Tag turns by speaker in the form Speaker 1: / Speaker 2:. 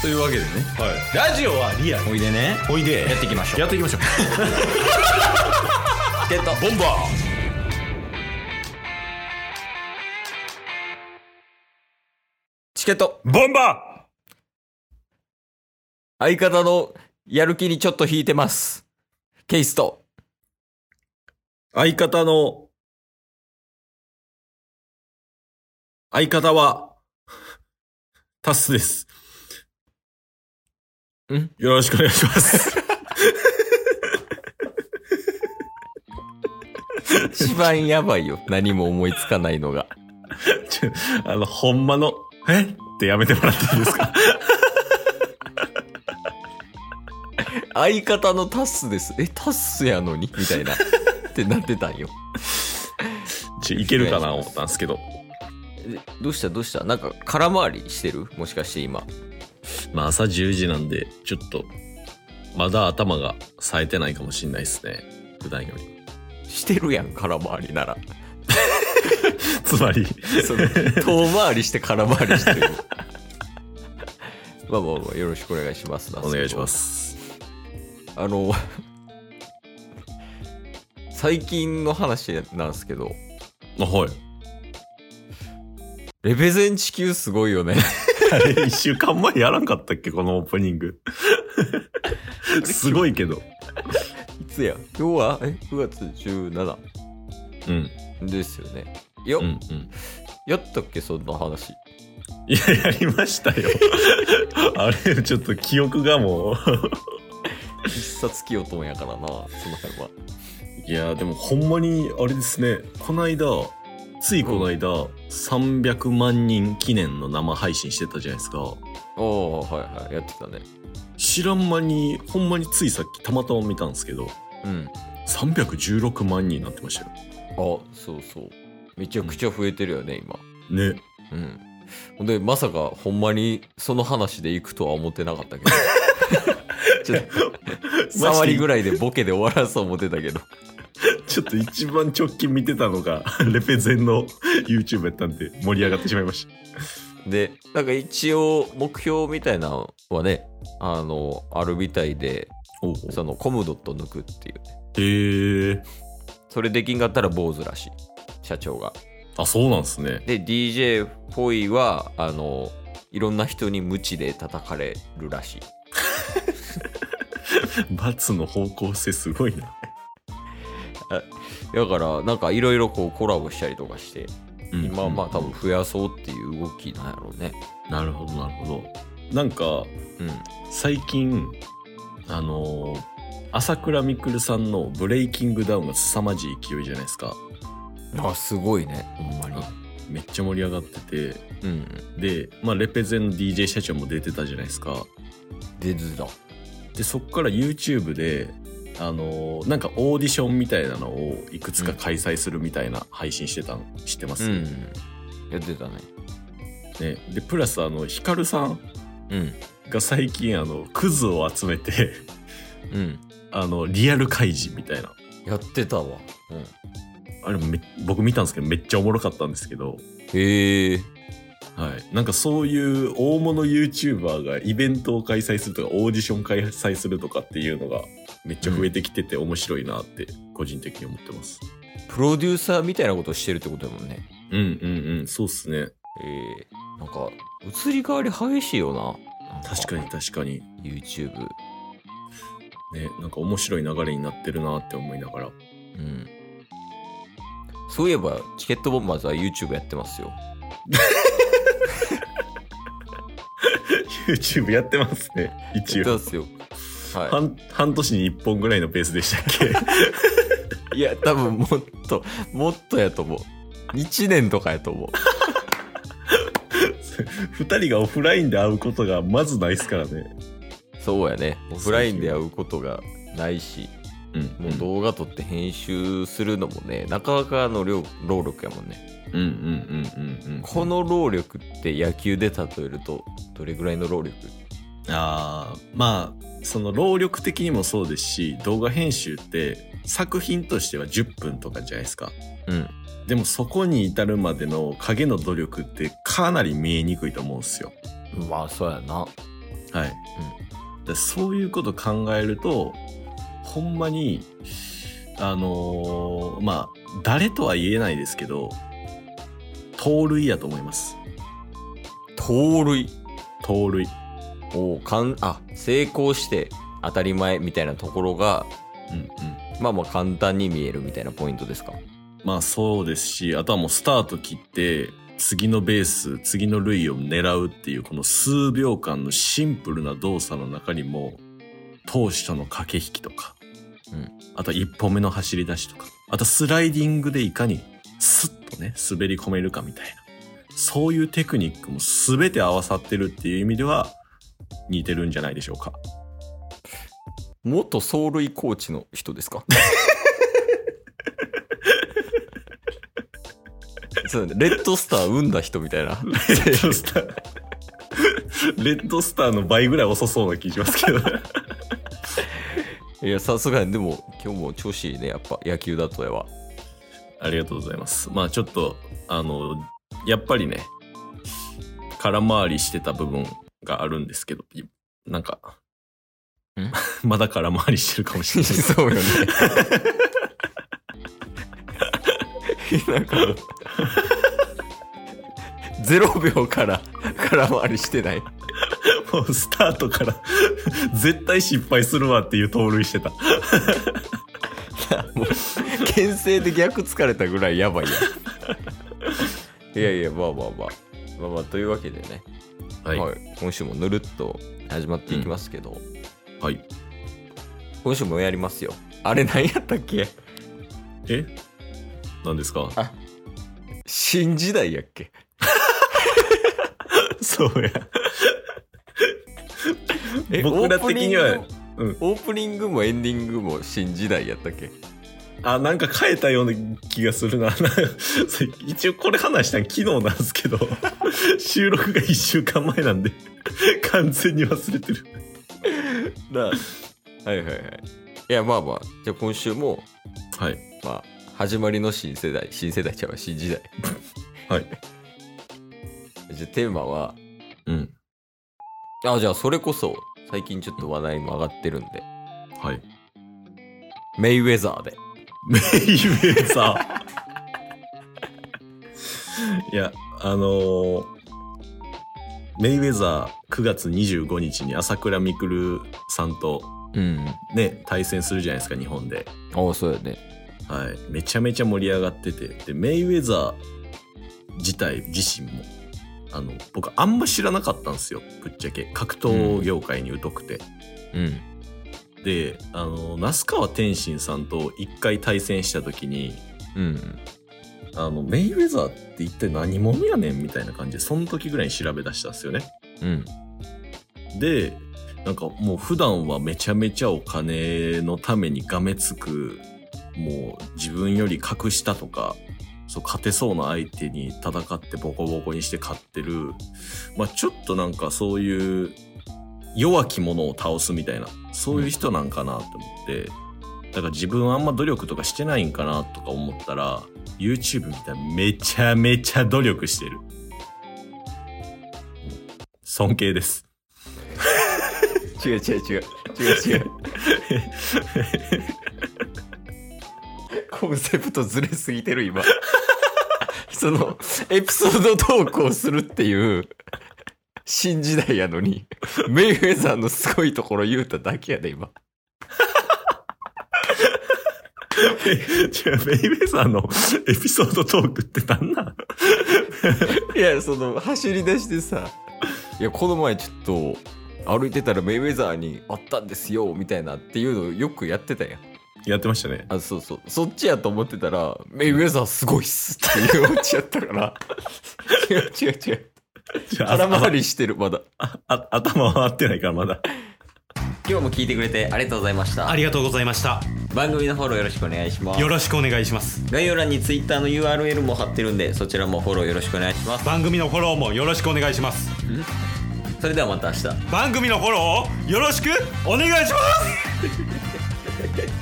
Speaker 1: というわけでね
Speaker 2: はい、ラジオはリアル
Speaker 1: おいでね
Speaker 2: おいで
Speaker 1: やっていきましょう
Speaker 2: やって いきましょう
Speaker 1: ってた
Speaker 2: ボンバ
Speaker 1: チケット
Speaker 2: ーボンバ
Speaker 1: 相方のやる気にちょっと引いてますケイスト
Speaker 2: ー相方の相方はタスです
Speaker 1: ん
Speaker 2: よろしくお願いします
Speaker 1: 一番やばいよ何も思いつかないのが
Speaker 2: ちょあのほんまのえってやめてもらっていいです か
Speaker 1: 相方のタッスですえタッスやのにみたいなってなってたんよ
Speaker 2: ちょいけるかな思ったんですけど
Speaker 1: えどうしたどうしたなんか空回りしてるもしかして今
Speaker 2: まあ朝10時なんでちょっとまだ頭が冴えてないかもしれないですね普段より
Speaker 1: してるやん空回りな ら
Speaker 2: つまり
Speaker 1: その遠回りして空回り してるよまあまあまあよろしくお願いします
Speaker 2: お願いしますす
Speaker 1: あの最近の話なんですけど
Speaker 2: あはい
Speaker 1: レベゼン地球すごいよね
Speaker 2: あれ、一週間前やらんかったっけこのオープニン グ。すごいけど。
Speaker 1: いつや今日はえ9月17
Speaker 2: うん。
Speaker 1: ですよねいや、
Speaker 2: うんうん。
Speaker 1: やったっけそんな話
Speaker 2: いや、やりました よ。あれ、ちょっと記憶がもう。
Speaker 1: 必殺きよともやからなその辺はい
Speaker 2: や、でもほんまに、あれですね。こないだ、ついこの間、300万人記念の生配信してたじゃないですか。
Speaker 1: おおはいはいやってたね
Speaker 2: 知らん間に、ほんまについさっきたまたま見たんですけど、
Speaker 1: うん
Speaker 2: 316万人になってましたよ。
Speaker 1: あそうそうめちゃくちゃ増えてるよね今
Speaker 2: ね。
Speaker 1: うんほんでまさかほんまにその話で行くとは思ってなかったけどちょっと3割ぐ
Speaker 2: らい。
Speaker 1: らいでボケで終わらすと思ってたけど
Speaker 2: ちょっと一番直近見てたのが、 レペゼンの YouTube やったんで、盛り上がってしまいました。
Speaker 1: でなんか一応目標みたいなのはねあのあるみたいで
Speaker 2: お
Speaker 1: そのコムドット抜くっていう
Speaker 2: へえ。
Speaker 1: それできんかったら坊主らしい社長が
Speaker 2: あ、そうなんですね。
Speaker 1: で DJ フォイはあのいろんな人に無知で叩かれるらしい
Speaker 2: 罰の方向性すごいな。
Speaker 1: だからなんかいろいろこうコラボしたりとかして今はまあ多
Speaker 2: 分
Speaker 1: 分増やそうっていう動きなんやろうね
Speaker 2: なるほど、なるほど。なんか、
Speaker 1: うん
Speaker 2: 最近、あのー朝倉未来さんのブレイキングダウンが凄まじい勢いじゃないですか。
Speaker 1: あすごいねほんまに
Speaker 2: めっちゃ盛り上がってて。
Speaker 1: うん
Speaker 2: で、まあ、レペゼンの DJ 社長も出てたじゃないですか。
Speaker 1: 出てた
Speaker 2: でそっから YouTube であのーなんかオーディションみたいなのをいくつか開催するみたいな配信してたの知ってます、ね、
Speaker 1: やってたね
Speaker 2: でプラスあのヒカルさん
Speaker 1: うん
Speaker 2: が最近あのクズを集めて
Speaker 1: うん
Speaker 2: あのリアル開示みたいな
Speaker 1: やってたわ、うん、
Speaker 2: あれめ僕見たんですけどめっちゃおもろかったんですけど、
Speaker 1: へえ
Speaker 2: はい、なんかそういう大物 YouTuber がイベントを開催するとかオーディション開催するとかっていうのがめっちゃ増えてきてて面白いなって個人的に思ってます、
Speaker 1: プロデューサーみたいなことしてるってことだもんね
Speaker 2: うんうんうんそうっすね
Speaker 1: えー、なんか移り変わり激しいよななん
Speaker 2: 確かに確かに
Speaker 1: YouTube
Speaker 2: ねなんか面白い流れになってるなって思いながら
Speaker 1: うんそういえばチケットボンバーズは YouTube やってますよ
Speaker 2: YouTube やってますね一
Speaker 1: や
Speaker 2: 応
Speaker 1: ってますよは
Speaker 2: 半半年に1本ぐらいのペースでしたっけ
Speaker 1: い、いや多分もっともっとやと思う1年とかやと思う
Speaker 2: 2人がオフラインで会うことがまずないですからね
Speaker 1: そうやねオフラインで会うことがないし
Speaker 2: うん
Speaker 1: もう動画撮って編集するのもねなかなかの量労力やもんね
Speaker 2: うんうんうんうんうん
Speaker 1: この労力って野球で例えるとどれぐらいの労力
Speaker 2: あーまあその労力的にもそうですし動画編集って作品としては10分とかじゃないですか
Speaker 1: うん
Speaker 2: でもそこに至るまでの影の努力ってかなり見えにくいと思うんですよ
Speaker 1: まあそうやな
Speaker 2: はい、でそういうこと考えるとほんまにあのーまあ誰とは言えないですけど盗塁やと思います
Speaker 1: 盗塁
Speaker 2: 盗塁
Speaker 1: をかんあ成功して当たり前みたいなところが
Speaker 2: うんうん
Speaker 1: まあまあ簡単に見えるみたいなポイントですか
Speaker 2: まあそうですしあとはもうスタート切って次のベース次の塁を狙うっていうこの数秒間のシンプルな動作の中にも投手との駆け引きとか、
Speaker 1: うん
Speaker 2: あとは1歩目の走り出しとかあとスライディングでいかにスッとね滑り込めるかみたいなそういうテクニックも全て合わさってるっていう意味では似てるんじゃないでしょうか。
Speaker 1: 元走塁コーチの人ですかそうね、レッドスター生んだ人みたいな
Speaker 2: レッドスターレッドスターの倍ぐらい遅そうな気しますけど
Speaker 1: いやさすがにでも今日も調子いいねやっぱ野球だとでは
Speaker 2: ありがとうございます。まあちょっと、あの、やっぱりね、空回りしてた部分があるんですけど、いなんか
Speaker 1: ん、
Speaker 2: まだ空回りしてるかもしれないで す。
Speaker 1: そうよねなんかもう0秒から空回りしてない
Speaker 2: もうスタートから、 絶対失敗するわっていう盗塁してた。
Speaker 1: もう牽制で逆疲れたぐらいやばいやんいやいやまあまあまあまあまあというわけでね、
Speaker 2: はい。
Speaker 1: は
Speaker 2: はい。
Speaker 1: い今週もぬるっと始まっていきますけど、今週もやりますよあれ何やったっけ
Speaker 2: え何ですか
Speaker 1: 新時代やっけ
Speaker 2: そうや。
Speaker 1: え
Speaker 2: 僕ら的には
Speaker 1: オープニング
Speaker 2: うん。
Speaker 1: オープニングもエンディングも新時代やったっけ
Speaker 2: あ、なんか変えたような気がするな。 なそれ一応これ話したの昨日なんですけど、収録が1週間前なんで、完全に忘れてる。
Speaker 1: なはいはいはいいやまあまあじゃあ今週も
Speaker 2: はい。
Speaker 1: まあ始まりの新世代新世代ちゃうわ新時代
Speaker 2: はい
Speaker 1: じゃあテーマは
Speaker 2: うん。
Speaker 1: あじゃあそれこそ最近ちょっと話題も上がってるんで
Speaker 2: はい。
Speaker 1: メイウェザーで
Speaker 2: メイウェザー。いや、あのーメイウェザー9月25日に朝倉未来さんと
Speaker 1: うん
Speaker 2: ね、対戦するじゃないですか、日本で。
Speaker 1: ああそうやね
Speaker 2: はい、めちゃめちゃ盛り上がっててでメイウェザー自体自身もあの僕あんま知らなかったんですよぶっちゃけ格闘業界に疎くて、
Speaker 1: うん
Speaker 2: であの那須川天心さんと一回対戦した時に
Speaker 1: うん
Speaker 2: あのメイウェザーって一体何者やねんみたいな感じでその時ぐらいに調べ出したんですよね
Speaker 1: うん
Speaker 2: でなんかもう普段はめちゃめちゃお金のためにがめつくもう自分より格下とかそう勝てそうな相手に戦ってボコボコにして勝ってる、まあ、ちょっとなんかそういう弱き者を倒すみたいなそういう人なんかなと思って、だから自分はあんま努力とかしてないんかなとか思ったら YouTube みたいにめちゃめちゃ努力してる尊敬です
Speaker 1: 違う違う違う違う違うコンセプトずれすぎてる今そのエピソードトークをするっていう新時代やのにメイウェザーのすごいところ言うただけやで今
Speaker 2: 違う、ベイベーさんのエピソードトークってなんなん
Speaker 1: いやその走り出してさいやこの前ちょっと歩いてたらメイウェザーにあったんですよみたいなっていうのをよくやってたやん
Speaker 2: やってましたね。
Speaker 1: あそうそうそっちやと思ってたらメイウェザーすごいっすっていうオチやったから 違う違う 違う
Speaker 2: じゃあ、
Speaker 1: 空
Speaker 2: 頭
Speaker 1: 回、りしてるまだ
Speaker 2: ああ頭回ってないからまだ。
Speaker 1: 今日も聞いてくれてありがとうございました
Speaker 3: ありがとうございました。
Speaker 1: 番組のフォローよろしくお願いしま
Speaker 3: よろしくお願いします。
Speaker 1: 概要欄に Twitter の URL も貼ってるんでそちらもフォローよろしくお願いします
Speaker 3: 番組のフォローもよろしくお願いします。
Speaker 1: それではまた明日
Speaker 3: 番組のフォローをよろしくお願いします